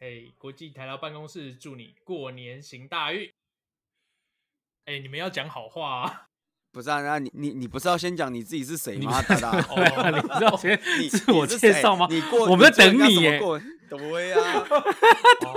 哎国际台劳办公室祝你过年行大运。哎，你们要讲好话啊！不是啊，那你你你不是要先讲你自己是谁你吗？大 大， 哦对啊，你知道先你 自我你是介谁绍吗？你过，我们在做人等家怎你么耶 过。啊怎么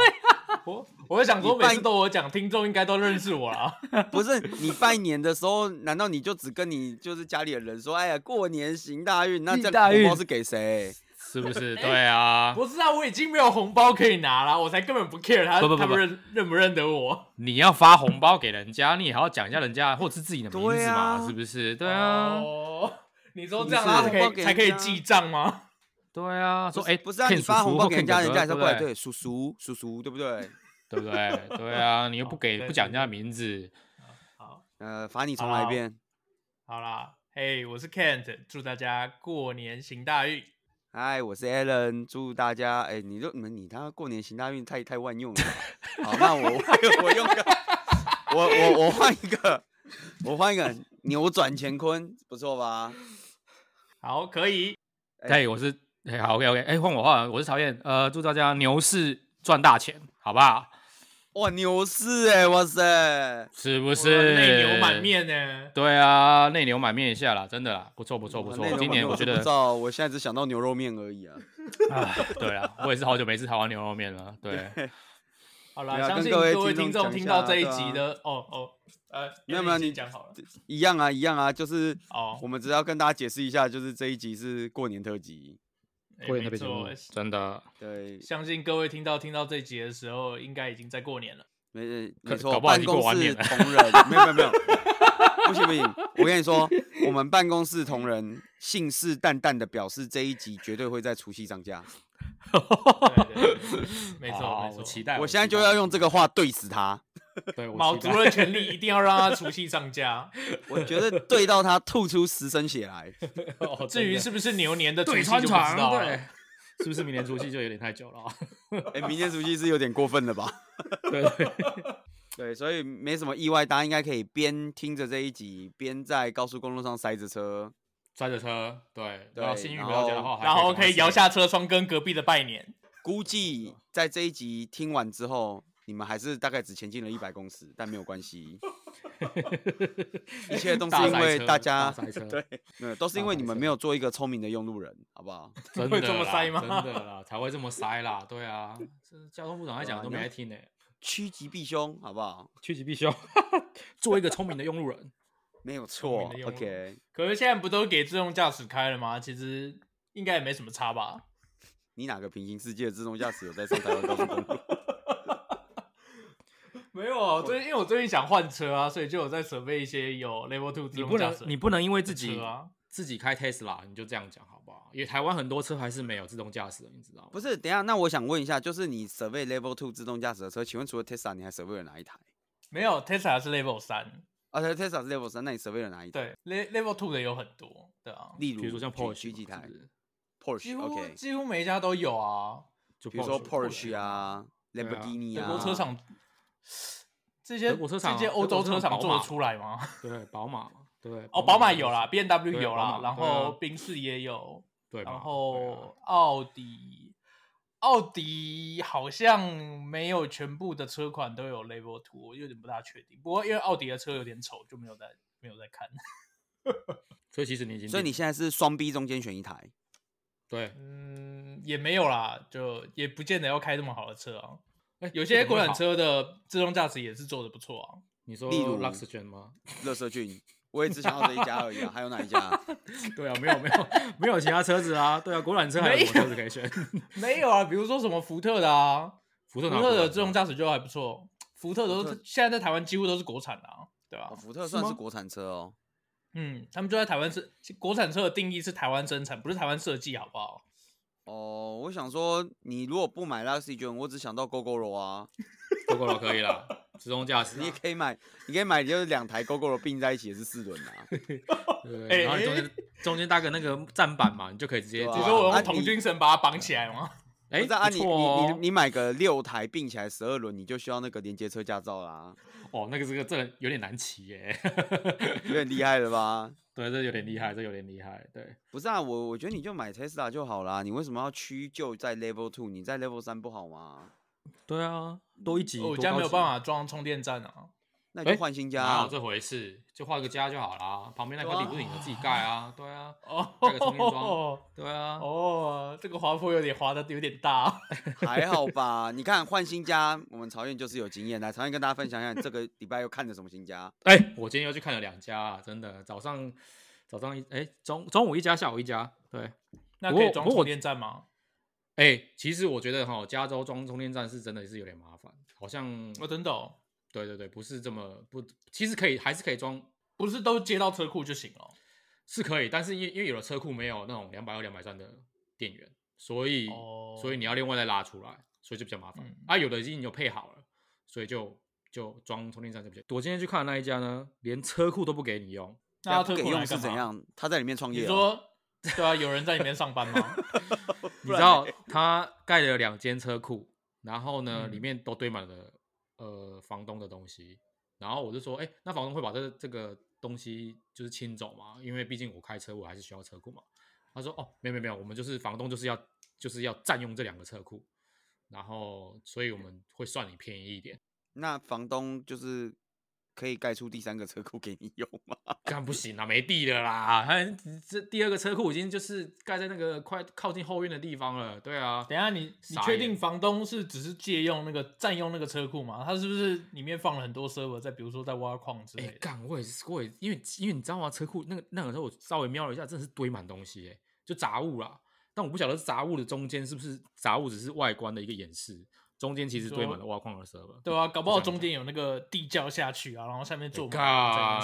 呀？我我想说，你每办次都我讲，听众应该都认识我啦。不是你拜年的时候，难道你就只跟你就是家里的人说，哎呀，过年行大运？那行这大样红包运是给谁？是不 是？对啊，不是啊，我已经没有红包可以拿啦，我才根本不 care 他不不不他们不认认不认得我。你要发红包给人家，你也要讲一下人家或者是自己的名对字嘛，啊是不是？对啊，哦， 你说这你样是他才可红包以给才可以人家记账吗？ 对啊， 说不是哎，不是啊， Ken 你发叔叔红包或给 Ken 人家，哥哥人家也是过对不来，对对，叔叔叔叔，对不对？对不对？对啊，你又不给对不讲人对家的对名字，好，呃，罚你重来一好遍。好啦，嘿，我是 Kent，祝大家过年行大运。嗨，我是 Alan，祝大家，哎，你就你们你他过年行大运太太万用了吧。好，那我我我用个，我我我换一个，我换一个，扭转乾坤，不错吧？好，可以。 哎哎，我是哎好 OK OK，哎换我换我，我是曹燕，呃，祝大家牛市赚大钱，好不好？哇，牛市哎，哇塞！是不我哦是？泪流满。面呢。对啊，内牛满面一下啦，真的啦，不错不错不哇错哦内。容今我年就我觉不得 知，道，我现在只想到牛肉面而已啊。哎，对啊，我也是好久没吃台湾牛肉面了。 对，好啦，对啊相信跟各位位听听众众讲一听下到这一对啊集的，哦哦，呃，没有没有你你讲好了。一样啊，一样啊，就是哦我，们只要跟大家解释一下，就是这一集是过年特辑。哎过没年特别节目错，真的，对，相信各位听到听到这集的时候，应该已经在过年了。没呃可没错，搞不好办你过公完室年了同仁，没有没有没有，不行不行，我跟你说，我们办公室同仁信誓旦旦的表示，这一集绝对会在除夕上架。对对对 对对没好错哦我没期错，待。我现在期就待要用这个，话对死他，对，我卯期足待了全力，一定要让他除夕上 架。我觉得对到他吐出十升血 来。哦至于真的是不是牛年的除夕就对不穿知肠，道对了。，是不是明年除夕就有点太久了啊？哎、明天除夕是有点过分了吧？ 对对，对，所以没什么意外，大家应该可以边听着这一集，边在高速公路上塞着车。 摔着车，对，对然后幸运然不要加的后话，然后可以摇来。下车窗跟隔壁的拜年。估计在这一集听完之后，你们还是大概只前进了一百公尺，但没有关 系，一切都是因为大家大塞车大塞 车对，没有都是因为你们没有做一个聪明的用路人，好不好？真会的这么啦塞吗真的啦，才会这么塞啦，对啊，这交通部长对在啊讲都你没要在听呢，趋吉避凶，好不好？趋吉避凶，做一个聪明的用路人。没有聪错明的用路，OK。可是现在不都给自动驾驶开了吗？其实应该也没什么差吧。你哪个平行世界的自动驾驶有在上台湾高速公路？ 没有啊，我最近因为我最近想换车啊，所以就有在准备一些有 Level Two 自 你动不驾能驶，你不能因为自己车啊。自己开 Tesla 你就这样讲好不好？因为台湾很多车还是没有自动驾驶的，你知道吗？不是，等一下，那我想问一下，就是你 survey level two 自动驾驶的车，请问除了 Tesla，你还 survey 了哪一台？没有 Tesla 是 Level 三，啊对，Tesla 是 level 三，那你 survey 了哪一台？对，Le- Level Two 的有很多，对啊，例如，比如说像举 Porsche 举几嘛台是不是几乎 Porsche，OK，几乎每一家都有啊，就比如说 Porsche Porsche 啊、对啊 Lamborghini 德啊，国车厂这些德国车厂啊这些欧洲车厂做得出来 吗？对，宝马嘛，对，哦，宝马有啦，B N W 对有宝啦，马然对啊后宾士也有，对吧，然对啊后奥迪，奥迪好像没有全部的车款都有 Level Two，我有点不大确定。不过因为奥迪的车有点丑，就没有在没有在看。所以其实你已经定，所以你现在是双 B 中间选一台，对，嗯，也没有啦，就也不见得要开这么好的车啊。哎有些国产，为什么车会好的自动驾驶也是做的不错啊。你说例如 Luxgen 吗？ 乐色郡，我也只想要这一家而已啊，还有哪一家？对啊，没有没有没有其他车子啊，对啊，国产车还有什么车子可以选？ 没有啊，比如说什么福特的啊，福福特哪有特国的产自动车驾驶就还不错。啊福特都福是特现在在台湾几乎都是国产的啊，对吧、哦福特算吗是国产车哦，嗯，他们就在台湾是国产车的定义是台湾生产，不是台湾设计，好不好？哦，我想说，你如果不买 Luxy 卷，我只想到 GoGoRo 啊， GoGo 可以啦，自动驾驶你也啊，可以买，你可以买就是两台 GoGoRo 并在一起也是四轮啊，对哎然后你中间中间搭个那个站板嘛，你就可以直接对啊你抓。说我用啊你童军绳把它绑起来吗？哎，不是啊，不你错你你哦你买个六台并起来十二轮，你就需要那个连接车驾照啦，哦，那个这个这有点难骑耶， 有点厉害了吧？对，这有点厉害，这有点厉害，对。不是啊，我我觉得你就买 Tesla 就好啦，你为什么要屈就在 Level Two？你在 Level 三不好吗？对啊，多一集，我多家没高有级办。法装充电站 啊。那你哎就换新家哪啊有。这 回事？就画个家就好啦，旁边那对块啊地不是你们自己盖啊？对啊，哦盖个充电桩对啊，哦，这个滑坡有点滑的有点大。啊还好吧？你看换新家，我们曹燕就是有经验。来，曹燕跟大家分享一下，你这个礼拜又看了什么新 家？哎、我今天又去看了两家、啊，真的，早上早上一哎、中中午一家，下午一家，对，那不可以过装不过充我电站吗？哎、其实我觉得哈，加州装充电站是真的是有点麻烦，好像我真的哦，对对对，不是这么不，其实可以还是可以装，不是都接到车库就行了。是可以，但是因为因为有的车库没有那种两百二两百三的电源，所以、哦所以你要另外再拉出来，所以就比较麻烦、嗯啊。有的已经有配好了，所以就就装充电站就比较。我今天去看的那一家呢，连车库都不给你用，那他不车给库来用干是嘛怎？样？他在里面创业、你哦。说对啊，有人在里面上班吗？你知道他盖了两间车库，然后呢，嗯里面都堆满了呃房东的东西。然后我就说，哎、那房东会把这这个东西就是清走嘛？因为毕竟我开车，我还是需要车库嘛。他说，哦，没有没有没有，我们就是房东就是要就是要占用这两个车库，然后所以我们会算你便宜一点。那房东就是可以盖出第三个车库给你用吗？干不行啊，没地了啦！他这第二个车库已经就是盖在那个快靠近后院的地方了。对啊，等一下你你傻确眼定房东是只是借用那个占用那个车库吗？他是不是里面放了很多 server，在比如说在挖矿之哎、类的？干，我也是，我也因为因为你知道吗？车库那个那个时候我稍微瞄了一下，真的是堆满东西、哎，就杂物啦。但我不晓得是杂物的中间是不是杂物只是外观的一个掩饰，中间其实堆满了挖矿的 server。对啊，搞不好中间有那个地窖下去啊，然后下面做哎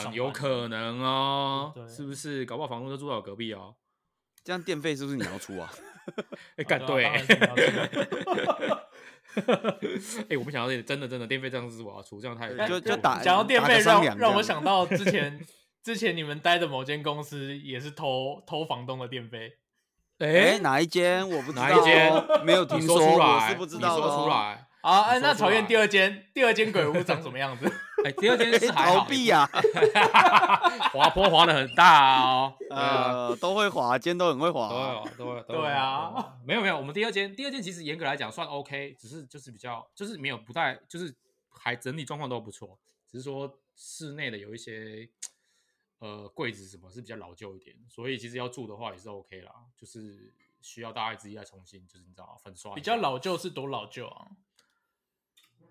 干，有可能。能哦对，是不是？搞不好房东就住在我隔壁哦。这样电费是不是你要出啊？哎、啊干对对，啊哎、 当然是你要出哎我不想要这真的真的电费这样子我要出，这样太 对就就打讲到电费，打个商让量这样让我想到之前 之前你们待的某间公司也是偷偷房东的电费，哎、哎、哪一间？我不知道、哦哪一间？没有听你说出我来，是不知道你的、哦说出。来。啊，哎、你说那出曹燕来第二间第二间鬼屋长什么样子？哎、第二间哎、 是还好逃避啊， 滑坡滑的很 大哦。对啊呃，都会滑，今天都很会滑、都会有，都会有，都对会有啊，都会有没有没有，我们第二间第二间其实严格来讲算 OK，只是就是比较就是没有不太就是还整体状况都不错，只是说室内的有一些呃柜子什么是比较老旧一点，所以其实要住的话也是 OK 啦，就是需要大家自己再重新就是你知道粉刷一下比较老旧是多老旧啊？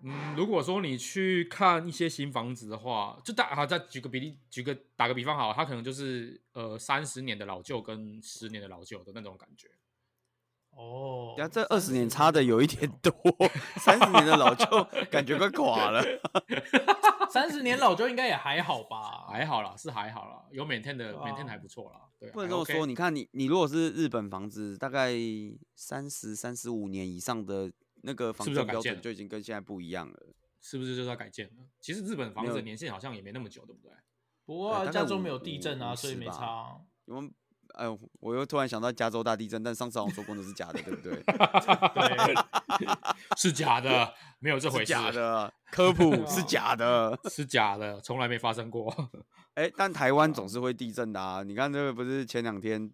嗯，如果说你去看一些新房子的话，就大好再举个比例，举个打个比方好了，它可能就是呃三十年的老旧跟十年的老旧的那种感觉。哦，呀，这二十年差的有一点多，三十年的老旧感觉快垮了。三十年老旧应该也还好吧？还好啦，是还好啦，有 maintain 的、对啊 maintain 还不错啦。对，不能还这么 OK 说，你看你你如果是日本房子，大概三十三十五年以上的那个是房不是要价改标建准了就已经跟现在不一样了。是不是就是要改建了？其实日本房没有子的年限好像也没那么久，对 不对？不过、呃啊、大概加州五没有地震啊，五所以十没吧差、啊。我们哎呦，我又突然想到加州大地震，但上次好像说过那是假的，对不 对？对，是假的，没有这回是事，假，的，科普 是假的。是假的，从来没发生 过。哎、但台湾总是会地震的啊！你看这个不是前两天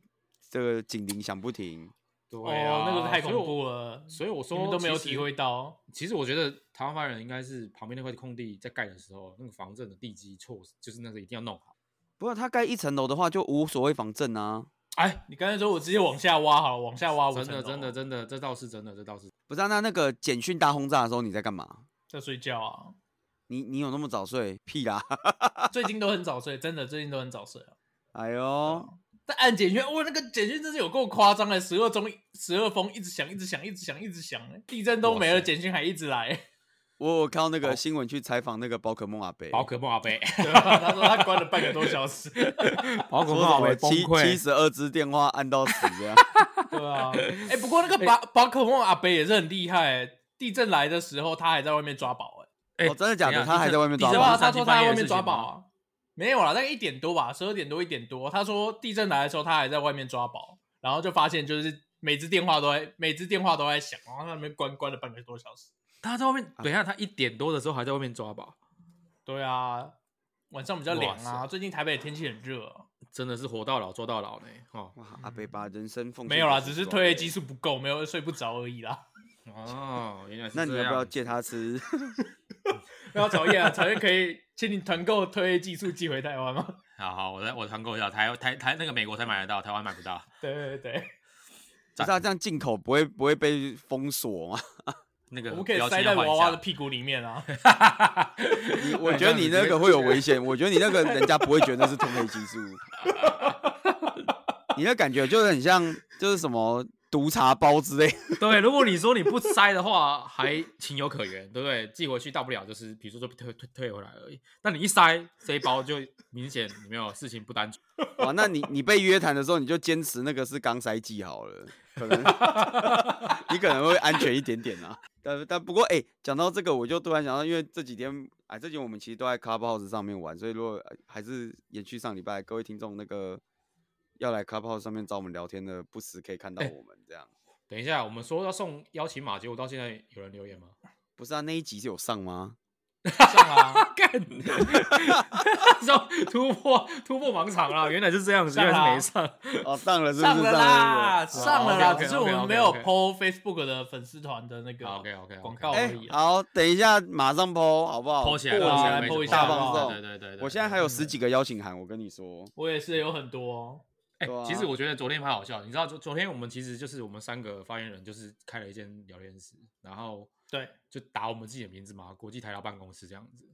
这个警铃响不停，对啊，哦，那个太恐所以怖我。了，所以我你说们都没有其实体会到。其实我觉得台湾发言人应该是旁边那块空地在盖的时候，那个防震的地基措施，就是那个一定要弄好。不过他盖一层楼的话就无所谓防震啊。哎，你刚才说我直接往下挖好了，往下挖五哦真层的楼真的真的，这倒是真的，这倒是。不是、啊，那那个简讯大轰炸的时候你在干嘛？在睡觉啊。 你你有那么早睡？屁啦！ 最近都很早睡，真的最近都很早睡啊。哎呦，但按简讯，哇，那个简讯真是有够夸张欸的，十二中十二风一直响，一直响，一直响，一直响，欸地震都没哇了，塞简讯还一直来。我我看到那个新闻去采访那个宝可梦阿贝，宝可 梦阿贝，对吧他说他关了半个多小 时。宝可说梦什阿么贝崩七七溃，十二支电话按到死这样。对啊，哎、不过那个宝宝可梦阿北也是很厉害、欸，地震来的时候他还在外面抓宝、欸，哎哦，真的假等的？一下他还在外面地抓你知震地道宝吗吧？他说他在外面抓宝三啊？没有啦，大概一点多吧，十二点多一点多。他说地震来的时候，他还在外面抓宝，然后就发现就是每只电话都在每只电话都在响，然后他那边关关了半个多小时。他在外面，等一下他一点多的时候还在外面抓宝，对啊，晚上比较凉哇啊，最近台北天气很热啊、真的是活到老做到老呢，哦。哇，阿贝把人生奉献没有啦，给只祖是宗褪黑欸激素不够，没有睡不着而已啦。 哦，原来是那你要不要这样借他吃？然后草叶啊，草叶可以请你团购推 A 技术寄回台湾吗？好好，我来我团购一下，台台台那个美国才买得到，台湾买不到。对对对，不是啊，这样进口不会不会被封锁吗？那个我们可以标签塞在要换一娃下娃的屁股里面啊。你我觉得你那个会有危险，我觉得你那个人家不会觉得那是通黑激素。你的感觉就是很像，就是什么毒茶包之类的。对，如果你说你不塞的话，还情有可原，对不对？寄回去大不了就是，比如说就退退退回来而已。但你一塞这一包，就明显你没有事情不单纯。哇，那你你被约谈的时候，你就坚持那个是刚塞剂好了，可能你可能会安全一点点啊。但但不过哎，讲、到这个，我就突然想到，因为这几天哎，这几天我们其实都在 Clubhouse 上面玩，所以如果呃还是延续上礼拜各位听众那个要来 Clubhouse 上面找我们聊天的，不时可以看到我们这样。等一下，我们说要送邀请码，结果到现在有人留言吗？不是啊，那一集是有上吗？ 上啊，干，说突破突破盲场了，原来是这样子，上原啊来是没上。哦，上了是不是？上了啦，是不是上了啦，哦，OK，OK，OK，OK，OK 只是我们没有 PO Facebook 的粉丝团的那个 OK OK 广告哎、而已啊。好，等一下马上剖好不好？抛起来，过抛起年来没抛错一下大放抛送。对对对对对。我现在还有十几个邀请函，我跟你说，我也是有很多哦哎、对啊其实我觉得昨天蛮好笑的，你知道，昨昨天我们其实就是我们三个发言人，就是开了一间聊天室，然后对就打我们自己的名字嘛，国际台劳办公室这样子。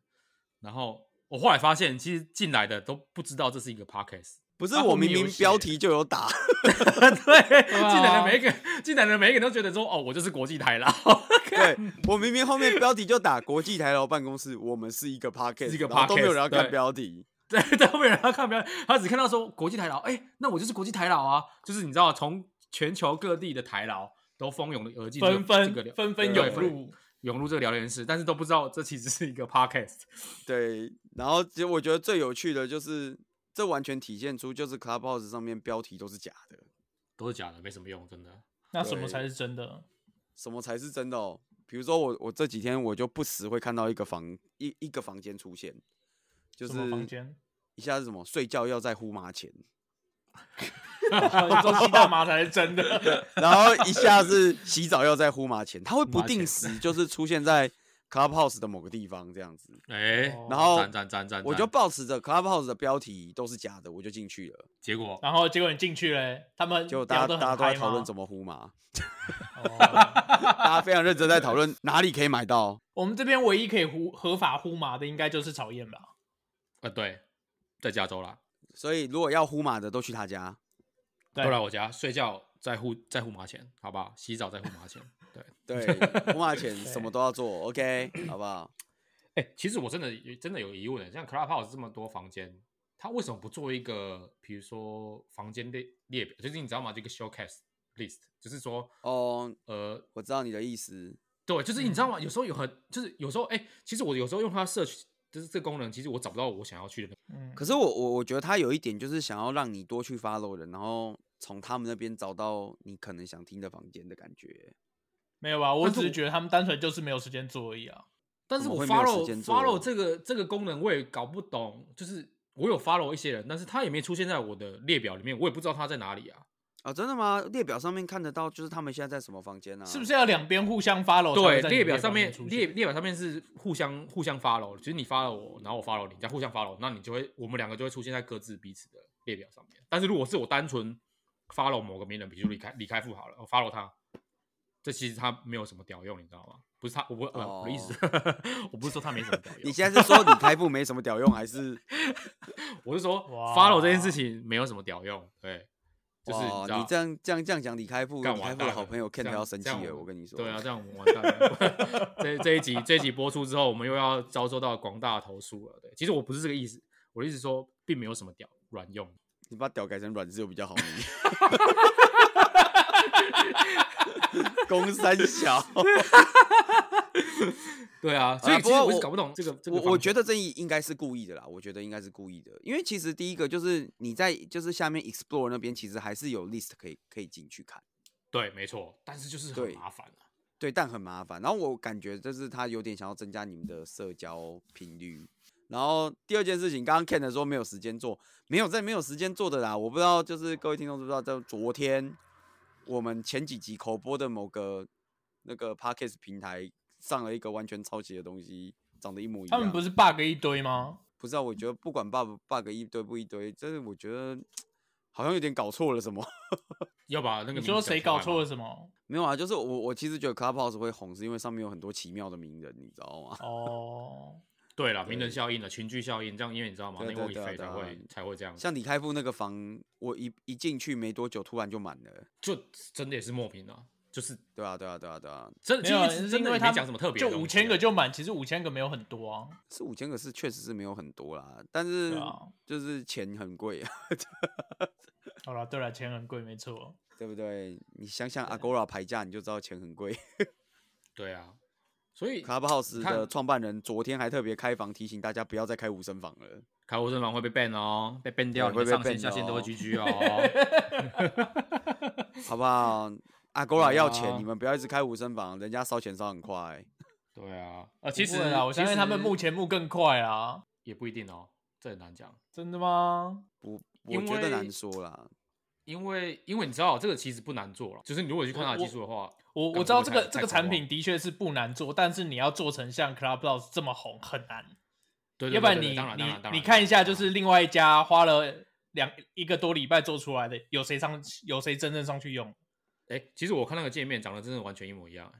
然后我后来发现，其实进来的都不知道这是一 个 podcast，不是它我啊后面明有明写标题就有 打，对，啊 进来的每一个进来的每一个都觉得说，哦，我就是国际台劳， 对我明明后面标题就打国际台劳办公室，我们是一个 podcast，是一个然后都没有 podcast，人要看对标题，对， 但后面人他看不了，他只看到说国际台劳，哎、那我就是国际台劳啊，就是你知道，从全球各地的台劳都蜂拥而进这个，纷这个纷聊纷纷对涌入，涌入这个聊天室，但是都不知道这其实是一个 podcast。对，然后其实我觉得最有趣的就是，这完全体现出就是 Clubhouse 上面标题都是假的，都是假的，没什么用，真的。那什么才是真的？什么才是真的哦？比如说我我这几天我就不时会看到一个房一一个房间出现，就什是么房间？一下是什么睡觉要在呼麻前，周期大麻才是真的。然后一下是洗澡要在呼麻前，它会不麻前定时就是出现在 Clubhouse 的某个地方这样子。哎、哦然后赞赞赞赞，我就赞抱持着 Clubhouse 的标题都是假的，我就进去了，结果然后结果你进去嘞，他们结果大聊家得大家很都在嗨讨论吗？怎么呼麻，哦 大家非常认真在讨论哪里可以买到。我们这边唯一可以呼合法呼麻的，应该就是草燕吧？呃对，在加州啦，所以如果要呼麻的都去他家，对都来我家睡觉，在护在护马前，好不好？洗澡在护马前。 对，对，呼 麻前什么都要做，OK，好不嗯好？哎、其实我真的有真的有疑问，欸像 Clubhouse 这么多房间，它为什么不做一个，比如说房间列列表，就是你知道吗？这个 showcase list，就是说，哦，呃，我知道你的意思。对，就是你知道吗？有时候有很，就是有时候，哎、其实我有时候用它 search，就是这个功能，其实我找不到我想要去的那个。嗯，可是我我我觉得他有一点就是想要让你多去 follow 人，然后从他们那边找到你可能想听的房间的感觉。没有吧？我但是只是我觉得他们单纯就是没有时间做而已啊。但怎是么我会没有时 follow 间做 follow 这个这个功能我也搞不懂，就是我有 follow 一些人，但是他也没出现在我的列表里面，我也不知道他在哪里啊。哦，真的吗？列表上面看得到，就是他们现在在什么房间啊？是不是要两边互相 follow？才哦对会，在你列表上面面出现列列表上面是互相互相 follow，就是你 follow 我，然后我 follow 你，再互相 follow，那你就会我们两个就会出现在各自彼此的列表上面。但是如果是我单纯 follow 某个名人，比如李开李开复好了，我 follow 他，这其实他没有什么屌用，你知道吗？不是他，我不、呃我的意思，我不是说 他没什么屌用，哦你现在是说李开复没什么屌用，还是我是说哇 follow 这件事情没有什么屌用，对，就是你哦知道，你这样这样这样讲李开复，干李开完复的蛋好了朋友 Ken 这都样要生气这样了。我我跟你说， 对啊，这样我们完蛋了。 这这一集这一集播出之后，我们又要遭受到广大的投诉了。对，其实我不是这个意思，我的意思是说并没有什么屌软用。你把屌改成软字就比 较好念。公三 小，对啊，所以不其实过我一直我搞不懂这个这个我方法。我觉得这应应该是故意的啦，我觉得应该是故意的，因为其实第一个就是你在就是下面 explore 那边，其实还是有 list 可以可以进去看，对，没错，但是就是很对麻烦啊。对，但很麻烦。然后我感觉就是他有点想要增加你们的社交频率。然后第二件事情，刚刚 Ken 说没有时间做，没有在没有时间做的啦，我不知道就是各位听众知不知道，在昨天我们前几集口播的某个那个 Parkes 平台上了一个完全抄袭的东西，长得一模一他样。们不是是 bug 一堆吗？不知道，我觉得不管 bug bug 一堆不一堆，真的我觉得好像有点搞错了什么。 要把那你个名字说讲谁出来搞嘛错了什么？没有啊，就是我我其实觉得 Clubhouse 会红，是因为上面有很多奇妙的名人，你知道吗？哦，对了，名对人效应了，群聚效应，这样因为你知道吗？对内对窝一对啊飞对才啊会才会这样，像李开复那个房，我一一进去没多久，突然就满了。就真的也是莫名啊，就是对啊，对啊，对啊，对啊，真没 其实有啊，真是真因的为也他没讲什么特别的就东西啊，五千个就满，其实五千个没有很多啊。是五千个是确实是没有很多啦，但是对啊就是钱很贵啊， 好了，对了，钱很贵，没错。对不对？你想想 Agora 牌价，你就知道钱很贵。对啊，所以 Clubhouse 你看的创办人昨天还特别开房提醒大家不要再开无声房了。开活身房会被 ban 哦，被 ban 掉，对会你的上被 ban 线下线都会哦 GG 哦。好不 好？Agora 要钱，啊你们不要一直开无声房，人家烧钱烧很快。对啊，呃， 其实不会啦，我相信他们目目前目更快啊。也不一定哦，这很难讲，真的吗？不，我因觉得为难说啦。因为因为你知道这个其实不难做了，就是你如果去看它的技术的话，我干我知道不这会个太这个太产恐慌品的确是不难做，但是你要做成像 Clubhouse 这么红很难，对，对要不然对对你当然当然当你啊然你看一下，就当然是另外一家花了两一个多礼拜做出来的，有谁上有谁真正上去用？哎、其实我看那个界面长得真的完全一模一样、欸。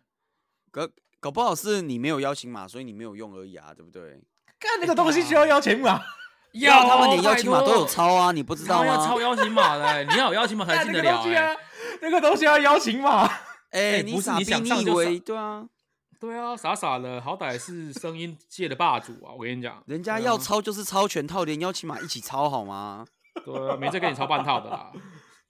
搞搞不好是你没有邀请码，所以你没有用而已啊，对不对？干哎那个东西啊需要邀请 码，然啊后他们连哦拜邀请码都有托，抄啊，你不知道他要吗抄？邀请码的欸、你要有邀请码才干进那得 个了、东西欸啊。，那个东西要邀请 码。哎、哎不你是傻你逼，想你上以就为上对啊？对啊，傻傻的，好歹是声音界的霸主啊！我跟你讲，人家对啊要抄就是抄全套，连邀请码一起抄好吗？对啊，没再跟你抄半套的啦。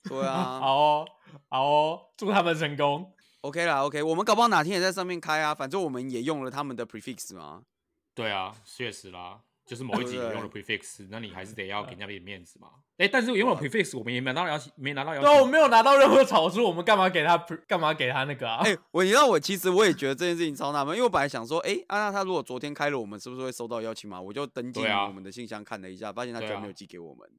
对 啊好哦，好哦，祝他们成功。 ，OK 啦，OK，我们搞不好哪天也在上面开啊，反正我们也用了他们的 prefix 嘛。对啊，确实啦，就是某一集对不用对了 prefix，那你还是得要给人家点面子嘛。哎、但是因为有 prefix，我们也没拿到邀请，没拿到邀对啊，我请，没有拿到任何草书，我们干嘛给他 pre- 干嘛给他那个啊？哎、我你知道我其实我也觉得这件事情超纳闷，因为我本来想说，哎、啊那他如果昨天开了，我们是不是会收到邀请码？我就登进对啊我们的信箱看了一下，发现他居对然啊没有寄给我们，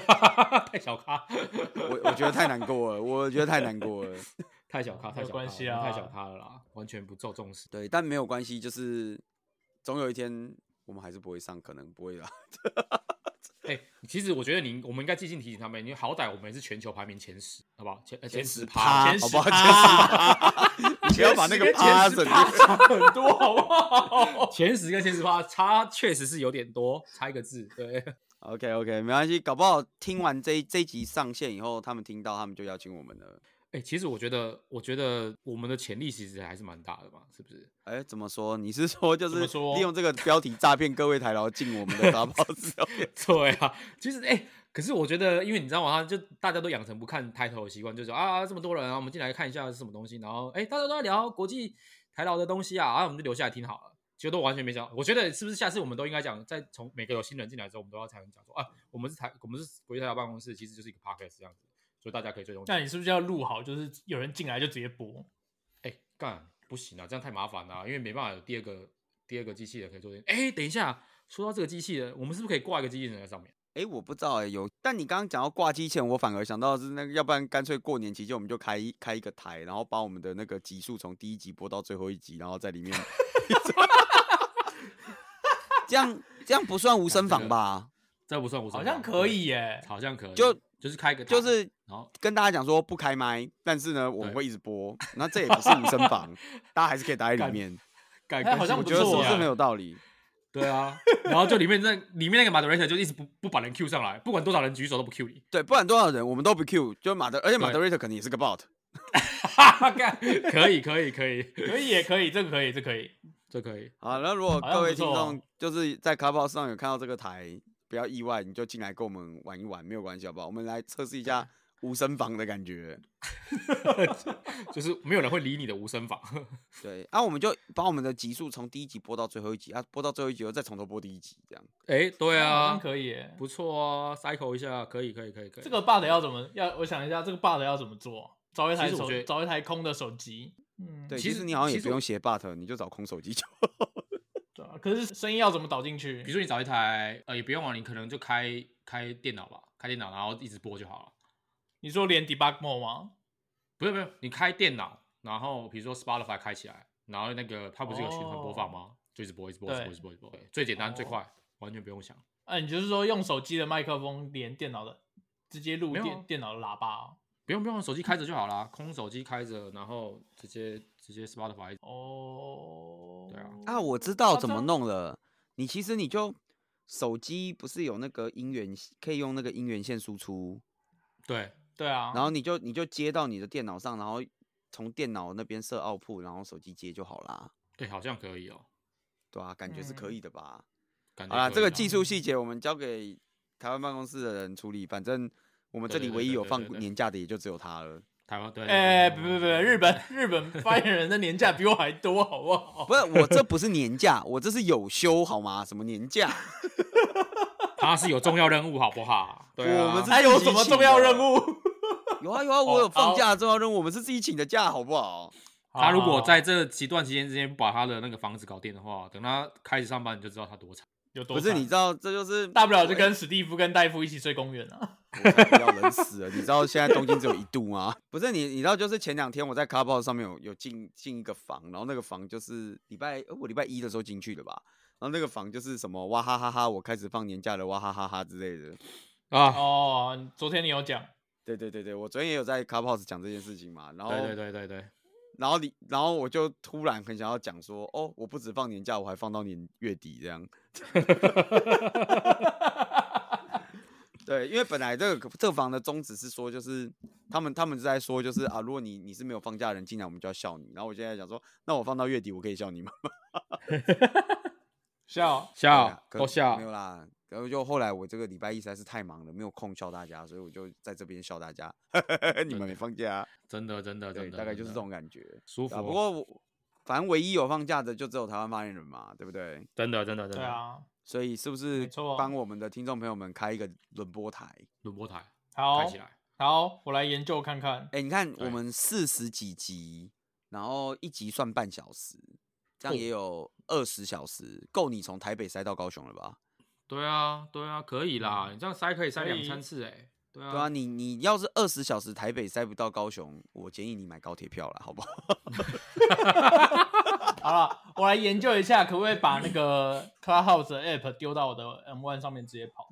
太小咖，我我觉得太难过了，我觉得太难过了。 太小咖，太没小咖，关系我们啊太小咖了啦，完全不受重视。对，但没有关系，就是总有一天我们还是不会上，可能不会啦。哎、其实我觉得你，我们应该记性提醒他们，因为好歹我们也是全球排名前十，好不好？前呃前十趴，趴前好十不好？前趴十趴，你 不要把那个趴整差个。很多，好不好？ 前十跟前十趴差确实是有点多，差一个字。对， OK OK，没关系，搞不好听完这一这一集上线以后，他们听到他们就邀请我们了。哎、其实我觉得，我觉得我们的潜力其实还是蛮大的嘛，是不是？哎、怎么说？你是说就怎么是说利用这个标题诈骗各位台劳进我们 的 Clubhouse？ 对啊，其实哎、可是我觉得，因为你知道吗？就大家都养成不看抬头的习惯，就是啊，这么多人啊，我们进来看一下是什么东西，然后哎、大家都在聊国际台劳的东西啊，啊，我们就留下来听好了。其实都完全没讲，我觉得是不是下次我们都应该讲，在从每个有新人进来之后，我们都要常常讲说啊，我们是台，我们是国际台劳办公室，其实就是一个 podcast 这样子，所以大家可以追踪。 那你是不是要录好？就是有人进来就直接播，哎、干不行啊，这样太麻烦了啊、因为没办法有第二个第二个机器人可以做这件。哎、等一下，说到这个机器人，我们是不是可以挂一个机器人在上面？哎、我不知道哎、有。但你刚刚讲到挂机前，我反而想到的是那个，要不然干脆过年期间我们就开一开一个台，然后把我们的那个集数从第一集播到最后一集，然后在里 面，这样这样不算无声这房个吧？这不算无声好房，像可以耶对，。好像可以，就就是开一个台，就是然后跟大家讲说不开麦，但是呢，我们对会一直播，那这也不是无声 房，大家还是可以待在干里面。改哎好像我不觉得是错不是啊很 有道理？对啊，然后就里面那里面那个 moderator 就一直不不把人 Q 上来，不管多少人举手都不 Q 你， 对，不管多少人，我们都不 Q，就马德，而且马德对瑞特肯定也是个 bot。干可以可以可以，可以耶，可以，这个可以，这个可以。这可以。好，那如果好像各位不听错哦众就是在 Clubhouse 上有看到这个台，不要意外，你就进来跟我们玩一玩，没有关系，好不好？我们来测试一下无声房的感觉。就是没有人会理你的无声 房，对，啊，我们就把我们的集数从第一集播到最后一集，啊，播到最后一集后再从头播第一集，这样。哎、对好啊像，可以耶。不错啊，cycle 一下，可以可以可以可以。这个 bug 要怎么要？我想一下，这个 bug 要怎么做？找一台其实我手觉得，找一台空的手机。嗯，对，其其实实你好像也其实不我用写 bot，你就找空手机就。对啊可是声音要怎么导进比如去？说你找一台，呃，也不用啊，你可能就开开电脑吧，开电脑然后一直播就好了。你说连 debug mode 吗？不用不用，你开电脑，然后比如说 Spotify 开起来，然后那个它不是有循环播放吗？就一直播，一直播，一直哦播，对一直播，一直播，最简单、最哦快，完全不用想。啊，你就是说用手机的麦克风连电脑的，直接录没有电啊电脑的喇叭哦不用不用，手机开着就好啦，空手机开着，然后直接直接 Spotify。哦。对啊啊，我知道夸怎么张弄了。你其实你就手机不是有那个音源，可以用那个音源线输出，对，对啊，哦然后你就你就接到你的电脑上，然后从电脑那边设 output，然后手机接就好啦。哎、好像可以哦、对啊，感觉是可嗯以的吧？感觉好啦，可这以啊个啦嗯技术细节我们交给台湾办公室的人处理，反正我们对这对里对唯一对有对放对对哦年假的也就只有他了。台湾对，哎、对不不不，日本日本发言人的年假比我还多，好不好？ 不是我这不是 年假，我这是有休好吗？什么年假？他是有重要任务，好 不好？对啊，我们是还有什么重要任务？有啊有 哦啊，我好有放假的重要任务，我们是自己请的假，好不好？他如果好在这几段期间之间不把他的那个房子搞定的话，等他开始上班你就知道他多惨。有多不是，惨你知道这就是大不了就跟史蒂夫跟戴夫一起睡公园啊。我才不要冷死了！你知道现在东京只有一度吗？不是你，你知道就是前两天我在 Clubhouse 上面有有进进一个房，然后那个房就是礼拜、呃我礼拜一的时候进去的吧，然后那个房就是什么哇哈哈哈，我开始放年假了哇哈哈哈之类的。啊！哦，昨天你有讲， 对对对对，我昨天也有在 Clubhouse 讲这件事情嘛，然后啊对对对对对，然后你然后我就突然很想要讲说，哦，我不止放年假，我还放到年月底这样。对，因为本来这个这个房的宗旨是说，就是他们他们是在说，就是啊，如果你你是没有放假的人进来，我们就要笑你。然后我现在想说，那我放到月底，我可以笑你吗？笑对笑啊可都笑没，有啦。然后就后来我这个礼拜一实在是太忙了，没有空笑大家，所以我就在这边笑大家。 你们没放假，真的真的真对，的，大概就是这真的种感觉。舒对啊服。哦不过我反正唯一有放假的就只有台湾发言人嘛，对不对？真的真的真对的，啊，所以是不是啊错帮我们的听众朋友们开一个轮播台？轮播台好开，起来，好，我来研究看看。哎、你看我对们四十几集，然后一集算半小时，这样也有二十小时，够你从台北塞到高雄了吧？对啊对啊，可以啦，你这样塞可以塞可两三以次哎，对对啊，啊，你你要是二十小时台北塞不到高雄，我建议你买高铁票了，好不好？ 好了，我来研究一下，可不可以把那个 Clubhouse 的 app 丢到我的 M One 上面直接跑？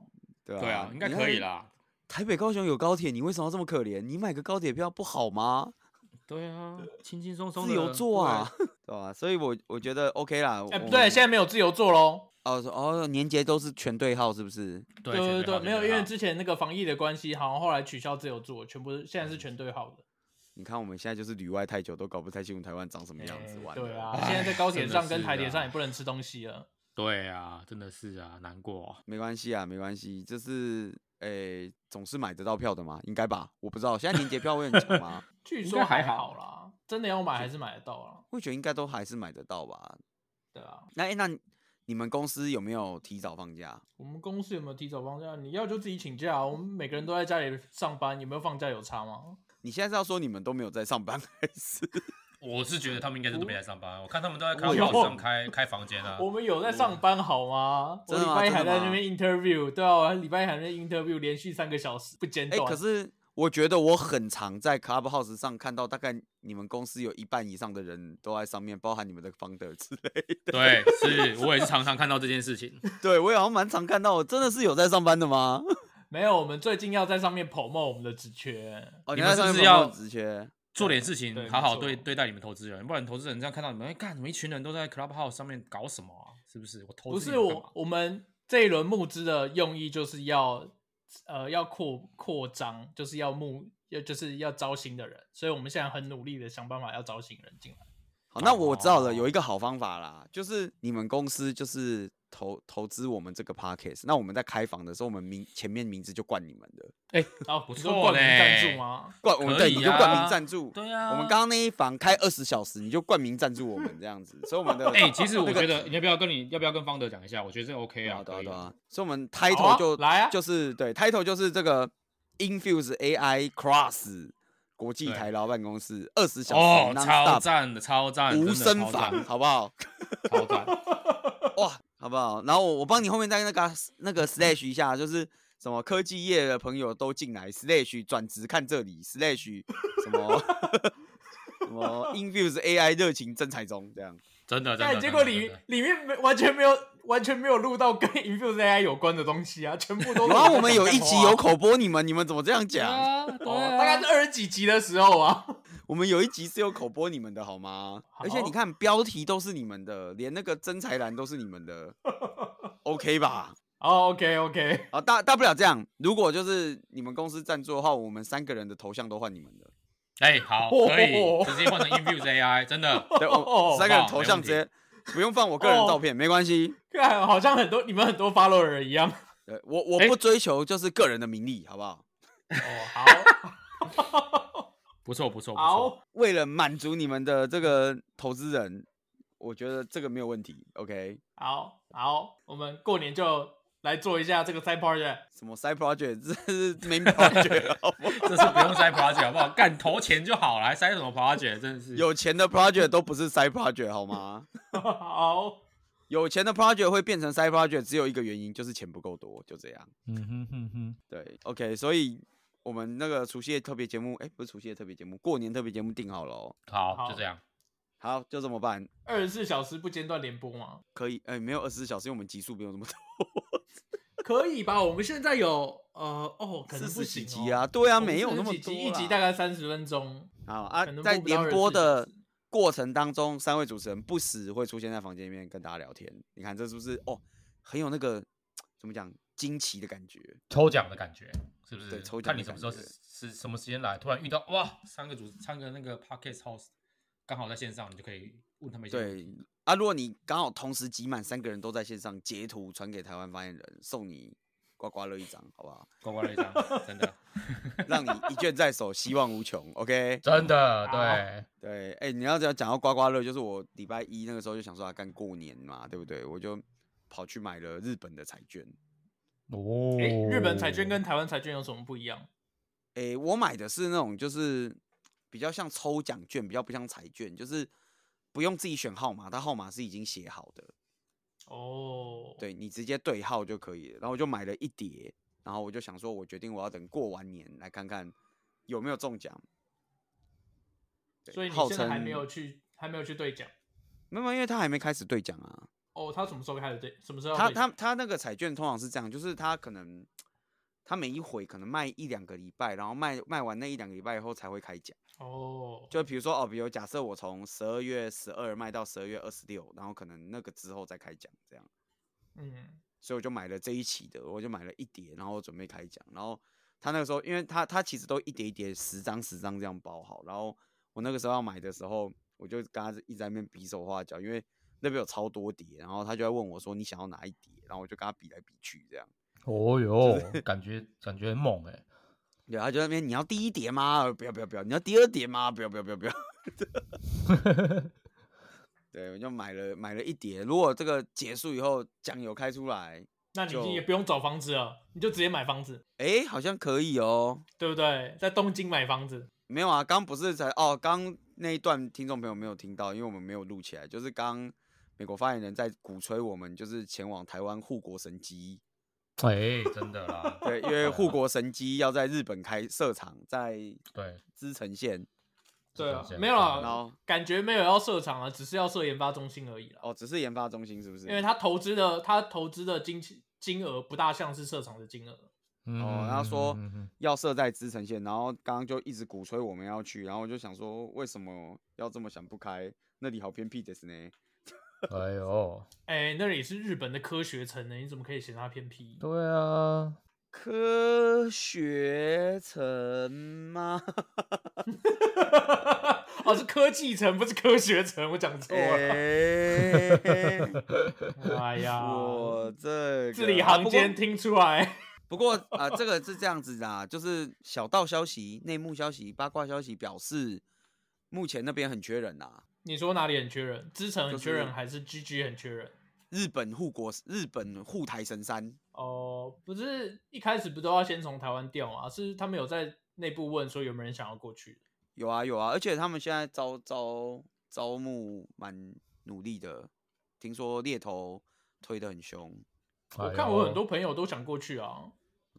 对啊，对啊，应该你可以看。啦，台北高雄有高铁，你为什么要这么可怜？你买个高铁票不好吗？对啊，轻轻松松自由的坐啊，， 对吧、所以我我觉得 OK 啦。哎、不我对，们现在没有自由做喽。哦是哦，年节都是全对号是不是？ 对对绝对好没有，绝因为好之前那个防疫的关系，好像后来取消自由做，全部是现在是全对号的。你看我们现在就是旅外太久，都搞不太清楚台湾长什么样子哎玩。对啊，哎现在在高铁真的上跟是台铁啊上也不能吃东西了。对啊，真的是啊，难过啊。没关系啊，没关系，就是诶、总是买得到票的嘛，应该吧？我不知道，现在年节票会很强吗？ 据应说该还好好啦，真的要买还是买得到啊？我觉得应该都还是买得到吧。对啊，那、诶，那你们公司有没有提早放假？我们公司有没有提早放假？你要就自己请假啊，我们每个人都在家里上班，有没有放假有差吗？你现在是要说你们都没有在上班， 还 是我是觉得他们应该是都没来上班，啊我看他们都在我开有网上开开房间啊。我们有在上班好吗？我真的礼吗拜一真还的在那吗边 interview，对啊，我礼拜一还在 interview，连续三个小时不间诶，啊断。哎可是我觉得我很常在 Clubhouse 上看到，大概你们公司有一半以上的人都在上面，包含你们的 founder 之类的。 对，是我也是常常看到这件事情。对我也好像蛮常看到，真的是有在上班的吗？ 没有，我们最近要在上面 promo 我们的职缺。哦，你在们是上不面是有没有要直缺？做点事情对，好好没错对对待你们投资人，不然投资人这样看到你们，哎，干什么一群人都在 Clubhouse 上面搞什么啊？是不是？我投不资是你们干我嘛，我们这一轮募资的用意就是要，呃，要扩扩张，就是要募，要就是要招新的人，所以我们现在很努力的想办法要招新人进来。好，那我知道哦了，有一个好方法啦，就是你们公司就是投投资我们这个 podcast，那我们在开房的时候，我们名前面名字就冠你们的，哦，不你说错冠名赞嘞助吗？冠我们可对以你就冠啊名赞助。对啊，我们刚刚那一房开二十小时，你就冠名赞助我们这样子，所以我们的 哎，其实我那个觉得你要不要跟你要不要跟方德讲一下？我觉得这 OK 对啊，啊对啊可以哦对啊啊，，所以我们 title 好啊就、来啊就是对 title 就是这个 Infuse AI Cross 国际对台劳办公室二十小哦，时 non 超 stop 赞的，超赞，无真的声超赞房，， 好不好？超赞，哇，好不好？然后我我帮你后面再那个啊那个 slash 一下，就是什么科技业的朋友都进来 slash 转职看这里 slash 什么什么 Infuse AI 热情征才中这样。真的，啊真但的。结果真的里真的里面没完全没有完全没有录到跟 Infuse AI 有关的东西啊，全部都是然后在我 们有讲一干集话有口播你们，你们怎么这样对讲？啊，对哦，大啊概是二十几集的时候啊。我们有一集是有口播你们的好吗？而且好你看标题都是你们的，连那个真才栏都是你们的，OK 吧？哦，OK OK，啊，大大不了这样，如果就是你们公司赞助的话，我们三个人的头像都换你们的，哎，好，哦可以直接换成 Infuse AI，真 的。 对，我三个人哦好头没像问直题接不用放我个人的哦照片，没关系。看 好像很多你们很多 follower 一样。对我我哎不追求就是个人的名利，好不好？哦，不错，不错，好，不错。 好，为了满足你们的这个投资人，我觉得这个没有问题。OK，好，好，我们过年就来做一下这个 side project。 什么 side project 这是 main project，好不好这是不用塞 project 好不好？干投钱就好了，还塞什么 project？真的是有钱的 project 都不是 side project 好吗？好，有钱的 project 会变成 side project，只有一个原因，就是钱不够多，就这样。嗯哼哼哼，对，OK，所以我们那个除夕夜特别节目，哎、不是除夕夜特别节目，过年特别节目定好了哦。好，好就这样。好，就这么办，二十四小时不间断连播吗？可以。哎、没有二十四小时，因为我们集数没有这么多，可以吧？我们现在有呃，哦， 可能四不十几行、哦、集啊，对啊，我们没有那么40多集啦。一集大概三十分钟。好啊可能，在播不到联播24小的时过程当中，三位主持人不时会出现在房间里面跟大家聊天。你看这是不是哦，很有那个怎么讲惊奇的感觉？抽奖的感觉是不是？对抽奖的看你什么时候感觉是是什么时间来，突然遇到哇，三个主三个那个 podcast host 刚好在线上，你就可以问他们一些问对题。啊，如果你刚好同时挤满三个人都在线上，截图传给台湾发言人，送你刮刮乐一张，好不好？乖乖的 一张，真的，让你一卷在手，希望无穷。OK，真的，好对，对，哎、你要只要讲到刮刮乐，就是我礼拜一那个时候就想说啊，干过年嘛，对不对？我就跑去买了日本的彩券。哦诶，日本彩券跟台湾彩券有什么不一样？诶、我买的是那种就是比较像抽奖券，比较不像彩券，就是不用自己选号码，它号码是已经写好的，哦，，对你直接对号就可以了。然后我就买了一叠，然后我就想说，我决定我要等过完年来看看有没有中奖。对所以你号现在还称没有去，还没有去兑奖。没有，因为他还没开始兑奖啊。哦，他什么时候开始兑？什么时候要他兑他奖？他那个彩券通常是这样，就是他可能他每一回可能卖一两个礼拜，然后卖卖完那一两个礼拜以后才会开奖。哦，就比如说哦，比如假设我从十二月十二卖到十二月二十六，然后可能那个之后再开奖这样，嗯，所以我就买了这一期的，我就买了一叠，然后我准备开奖。然后他那个时候，因为他他其实都一叠一叠十张十张这样包好，然后我那个时候要买的时候，我就跟他一直在那边比手画脚，因为那边有超多叠，然后他就在问我说你想要哪一叠，然后我就跟他比来比去这样。哦哟， 感觉感觉很猛 哎，对，他就在那边你要第一叠吗？不要不要不要，你要第二叠吗？不要不要不要不要。 对，我就买了买了一叠。如果这个结束以后奖有开出来，那你就也不用找房子了，你就直接买房子，哎，好像可以哦。对不对？在东京买房子。没有啊，刚不是才哦，刚那一段听众朋友没有听到，因为我们没有录起来。就是刚美国发言人在鼓吹我们就是前往台湾护国神 机，哎，真的啦，对，因对为啊护国神机要在日本开设厂，在对，滋城县对啊是这，样没有然啊后，感觉没有要设厂啊，只是要设研发中心而已啦。哦，只是研发中心是不是？因为他投资的他投资的金金额不大像是设厂的金额。哦然后说嗯嗯嗯嗯嗯要设在支城县，然后刚刚就一直鼓吹我们要去，然后我就想说，为什么要这么想不开？那里好偏僻的是呢。哎呦，哎、那里是日本的科学城呢，你怎么可以嫌它偏僻？对啊，科学城吗？ 哦，是科技城，不是科学城，我讲错了。 哎，哎呀，我这字里个啊行间听出来。不过啊、呃这个是这样子的、啊，就是小道消息、内幕消息、八卦消息表示，目前那边很缺人啊。你说哪里很缺人？支城很缺就是人，还是 GG 很缺人？日本护国，日本护台神山，哦，不是一开始不都要先从台湾调吗？是他们有在内部问说有没有人想要过去。有啊有啊，而且他们现在招招招募蛮努力的，听说猎头推得很凶，哎我看我很多朋友都想过去啊。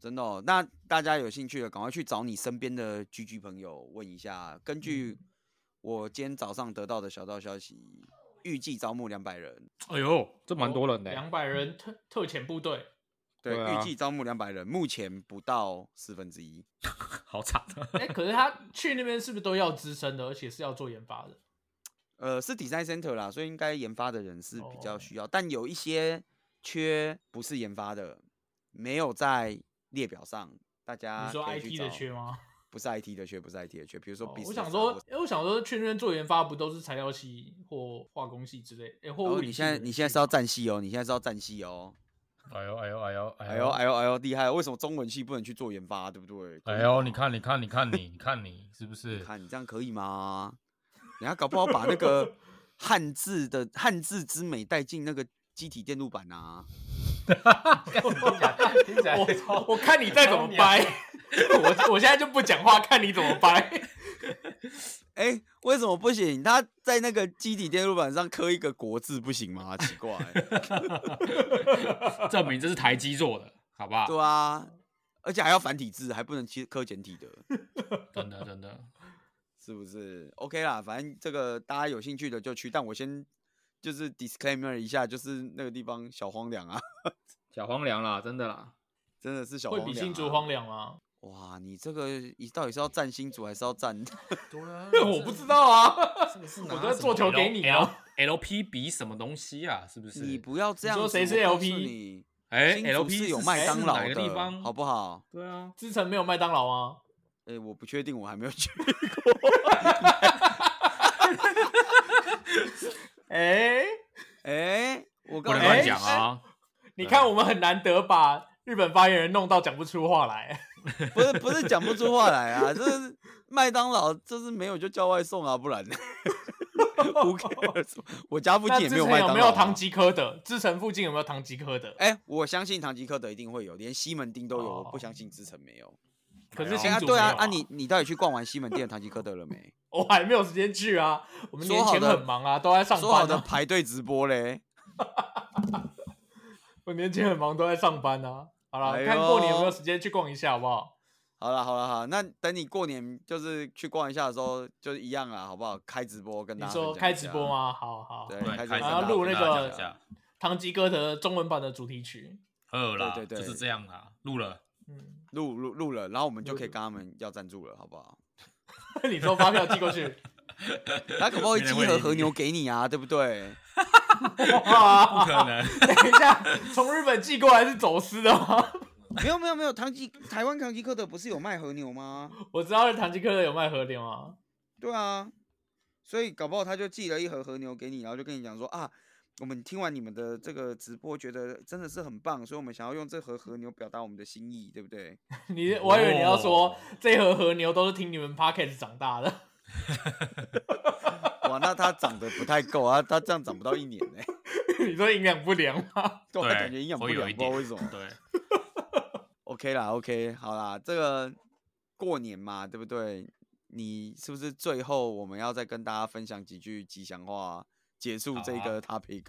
真的、哦。那嗯大家有兴趣的，赶快去找你身边的 GG 朋友问一下。根据我今天早上得到的小道消息，预计招募两百人。哎呦，这蛮多人的欸、两百人特特遣部队，对，对预啊计招募两百人，目前不到四分之一。好惨啊！哎、可是他去那边是不是都要资深的，而且是要做研发的？呃，是 design center 啦，所以应该研发的人是比较哦需要，但有一些缺不是研发的，没有在列表上，大家你说可以去 IT 的找缺？吗？ 不是 IT 的缺，不是 IT 的缺，比如说哦 business 啊、我想说或，哎、我想说去那边做研发不都是材料系或化工系之类的？哎、或哦，物理你系现在的你现在是要站戏哦，你现在是要站戏哦，哎呦哎呦哎呦哎呦哎呦哎呦，厉害！为什么中文系不能去做研发，对不对？可以哎呦！吗你，看你看你看你你看你是不你是？ 看你这样可以吗？人家搞不好把那个汉字的汉字之美带进那个机体电路板啊，听起来我我看你再怎么超掰，我我现在就不讲话，看你怎么掰。哎、为什么不行？他在那个机体电路板上刻一个国字不行吗？奇怪、证明这是台积做的，好不好？对啊，而且还要繁体字，还不能切刻简体的，真的真的，是不是？OK 啦，反正这个大家有兴趣的就去，但我先就是 disclaimer 一下，就是那个地方小荒凉啊，小荒凉啦，真的啦。真的是小荒会凉、啊。比新竹荒凉啊吗？哇，你这个你到底是要占新竹还是要占？ 对 啊 我不知道啊。这个是我都在做球给你啊。 L P 比什么东西啊？是不是？你不要这样子。说谁是我告诉 LP 你哎新，L 竹 P 是有麦当劳哪个地的，方？好不好？对啊，之城没有麦当劳啊吗？哎、我不确定，我还没有去。 哎、哎、我不告诉能你，乱讲啊！你看我们很难得把日本发言人弄到讲不出话来。不是不是讲不出话来啊，这是麦当劳，这是没有就叫外送啊，不然 who cares？我家附那近也之城没麦有当没劳、有啊。唐吉诃德？之城附近有没有唐吉诃德？哎、我相信唐吉诃德一定会有，连西门町都有，我不哦相信之城没有。可是哎新啊，竹对没啊有，啊你你到底去逛完西门店的唐吉诃德了没？我还没有时间去啊。我们说年好前的很忙啊，都在上说好班、的啊。排队直播嘞，我年前很忙，都在上班啊。好了，哎呦看过年有没有时间去逛一下，好不好？好了好了好啦，那等你过年就是去逛一下的时候，就是一样啊，好不好？开直播啊跟你大家说分享开一直下播？吗？好好，啊对，对哎开直开播啊直播跟大家录分那享个一下唐吉诃德中文版的主题曲。饿啦，对对对就是这样啦，录 了。嗯， 录录录了，然后我们就录可以了跟他们要赞助了，好不好？你说发票寄过 去，他可不好没一人集会合理和你牛给你啊，对不对？不哇，可能， 等一下，从日本寄过来是走私的吗？ 没有没有没有，唐吉台湾唐吉诃德不是有卖和牛吗？我知道唐吉诃德有卖和牛啊，对啊，所以搞不好他就寄了一盒和牛给你，然后就跟你讲说啊，我们听完你们的这个直播，觉得真的是很棒，所以我们想要用这盒和牛表达我们的心意，对不对？你我还以为你要说哦这盒和牛都是听你们 p o c k e t 长大的， 哇，那他长得不太够啊，他这样长不到一年 呢、欸，你说营养不良吗？对啊，对感觉营养不会有良，一不知道点为什么。对， OK 啦，OK，好啦，这个过年嘛，对不对？你是不是最后我们要再跟大家分享几句吉祥话，结束好这啊个 topic？、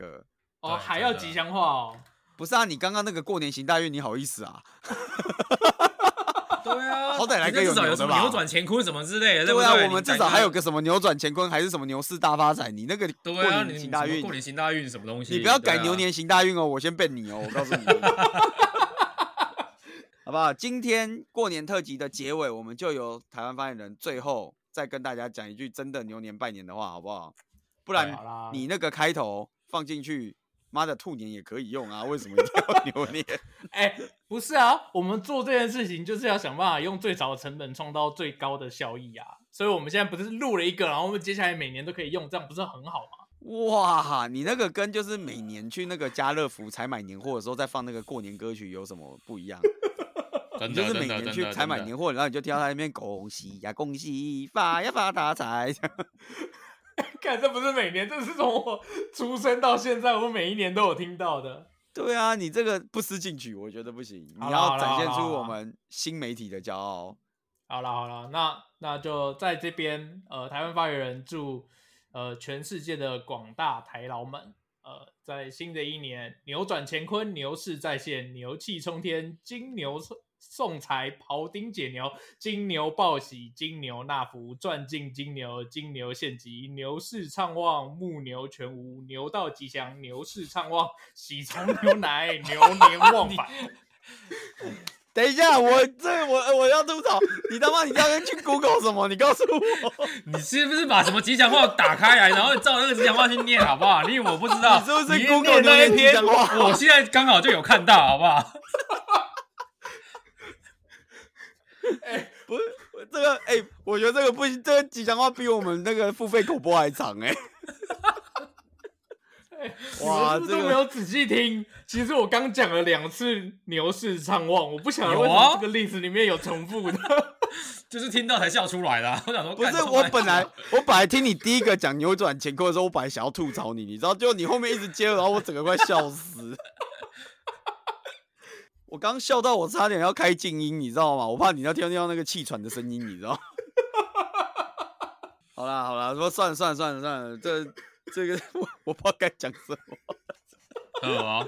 哦，对还要真的吉祥话哦。不是啊，你刚刚那个过年行大运，你好意思啊？对啊，好歹来个有人家至少有什牛的么吧扭转乾坤什么之类的，不对哎对啊，我们至少还有个个什么扭转乾坤，还是什么牛市大发财？你那个过对啊，年你行大你什么运过，年行大运什么东西？你不要改对啊牛年行大运哦，我先变你哦，我 告诉你，好不好？今天过年特辑的结尾，我们就由台湾发言人最后再跟大家讲一句真的牛年拜年的话，好不好？不然哎好啦，你那个开头放进去，妈的兔年也可以用啊，为什么一定 要牛年？哎、不是啊，我们做这件事情就是要想办法用最少的成本创造最高的效益啊。所以我们现在不是录了一个，然后我们接下来每年都可以用，这样不是很好吗？哇，你那个跟就是每年去那个家乐福采买年货的时候再放那个过年歌曲有什么不一样？真你的就是每真的年真去的采买真的年货，然后你就听到他在那边恭喜呀恭喜发呀发大财， 看，这不是每年，这是从我出生到现在，我每一年都有听到的。对啊，你这个不思进取，我觉得不行。你好啦要好啦展好现啦出好我啦们新媒体的骄傲。好啦好啦，那那就在这边，呃，台湾发言人祝呃全世界的广大台劳们，呃，在新的一年扭转乾坤，牛市再现，牛气冲天，金牛送财、庖丁解牛、金牛报喜、金牛纳福、赚进金牛、金牛献吉、牛市畅旺、木牛全无、牛到吉祥、牛市畅旺、喜从牛奶、牛年旺返。等一下，我这我我要吐槽，你他妈你刚刚去 Google 什么？你告诉我， 你是不是把什么吉祥话打开来，然后照那个吉祥话去念，好不好？因为我不知道，你是不是 你 Google 念那一留言篇吉祥话我现在刚好就有看到，好不好？ 不是我这个哎、我觉得这个不行，这个吉祥话比我们那个付费口播还长 哎、哇，哎你这们是不是都没个有仔细听？其实我刚讲了两次牛市畅旺，我不晓得有为什啊么这个例子里面有重复的。就是听到才笑出来的 啊、我想说，不干是这么我难本 来我本来听你第一个讲扭转乾坤的时候，我本来想要吐槽你，你知道，就你后面一直接，然后我整个快笑死。 我刚笑到我差点要开静音，你知道吗？我怕你要听到那个气喘的声音，你知道。 好啦好啦，说算了算了算了算了，这这个 我我不知道该讲什么。呃啊，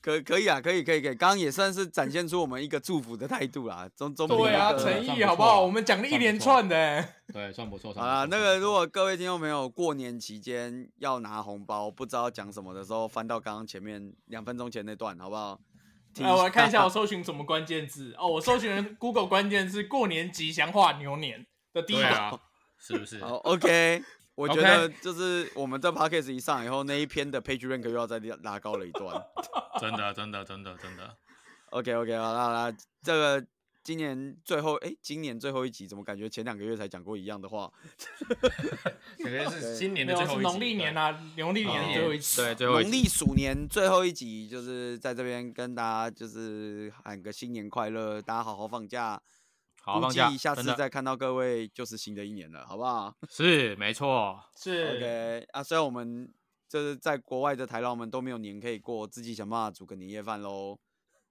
可可以啊，可以可以可以，刚刚也算是展现出我们一个祝福的态度啦。总总比 对啊，那个诚陈算意不错好不好？我们讲了一算不连错串的、欸。对，算不错。算好不啦，错那算个不如错果各位听众朋友过年期间要拿红包，不知道讲什么的时候，翻到刚刚前面两分钟前那段，好不好？听哎，我来看一下我搜寻什么关键字哦，我搜寻了 Google 关键字“过年吉祥话牛年”的第一对条。啊，是不是？ 好，OK。我觉 OK 得就是我们这 podcast 一上以后，那一篇的 page rank 又要再拉拉高了一段。真的，真的，真的，真的。 OK OK，好啦好啦，这个今年最后哎、今年最后一集怎么感觉前两个月才讲过一样的话？感觉是新年没的有最是后一集农历年啊，农历对年农历最后一次。对，最后农一集历鼠年最后一集，就是在这边跟大家就是喊个新年快乐，大家好好放假。好好放估假计，下次真的再看到各位就是新的一年了，好不好是没错，是？OK 啊，虽然我们就是在国外的台佬们都没有年可以过，自己想办法煮个年夜饭喽。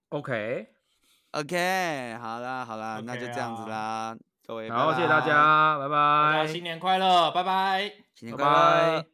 OK， OK，好啦好啦那就 OK 这样子啊啦，各位，好，拜谢谢大拜，家，大拜家拜，新年快乐，拜拜。新年拜快乐拜。。